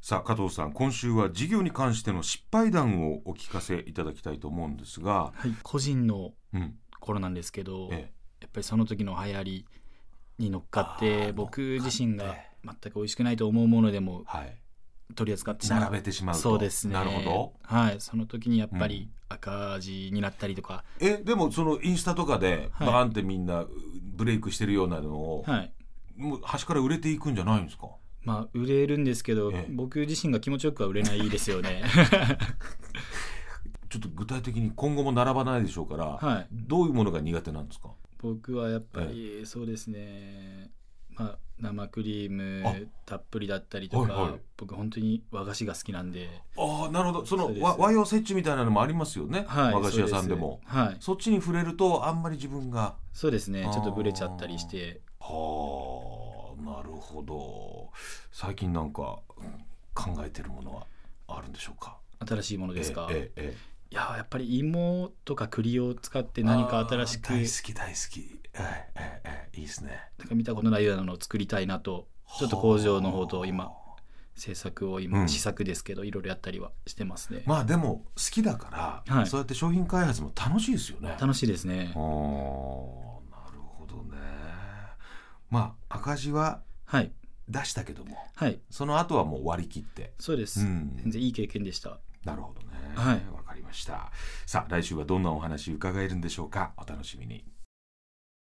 さあ加藤さん今週は事業に関しての失敗談をお聞かせいただきたいと思うんですが、はい、個人のうん頃なんですけど、えやっぱりその時の流行りに乗っかっあーて僕自身乗っがかって全く美味しくないと思うものでもはい、取り扱ってしまう並べてしまうとそうですねなるほどはい、その時にやっぱり赤字になったりとか、えでもそのインスタとかではいバーンってみんなうブレイクしてるようなのを、はいもう端から売れていくんじゃないんですかまあ、売れるんですけど、ええ僕自身が気持ちよくは売れないです よね。 ちょっと具体的に今後も並ばないでしょうから、はい、どういうものが苦手なんですか僕はやっぱりそうですね、まあ、生クリーあムたっぷりだったりとか、はいはい僕本当に和菓子が好きなんで、ああなるほどそのそうです和和洋折衷みたいなのもありますよね、はい、和菓子屋さんでもそうすはいそっちに触れるとあんまり自分がそうですねあーちょっとブレちゃったりしてはあなるほど最近なんかうん考えてるものはあるんでしょうか新しいものですか、ええええいややっぱり芋とか栗を使って何か新しくあー大好き大好きええええええいいですねなんか見たことないようなのを作りたいなとちょっと工場の方と今はあ制作をう今ん試作ですけどいろいろやったりはしてますね、まあでも好きだから、はいそうやって商品開発も楽しいですよね楽しいですあーなねるほどねまあ赤字ははい出したけどもはいその後はもう割り切ってそうです、うん全然いい経験でしたなるほどねはいわかりましたさあ来週はどんなお話伺えるんでしょうかお楽しみに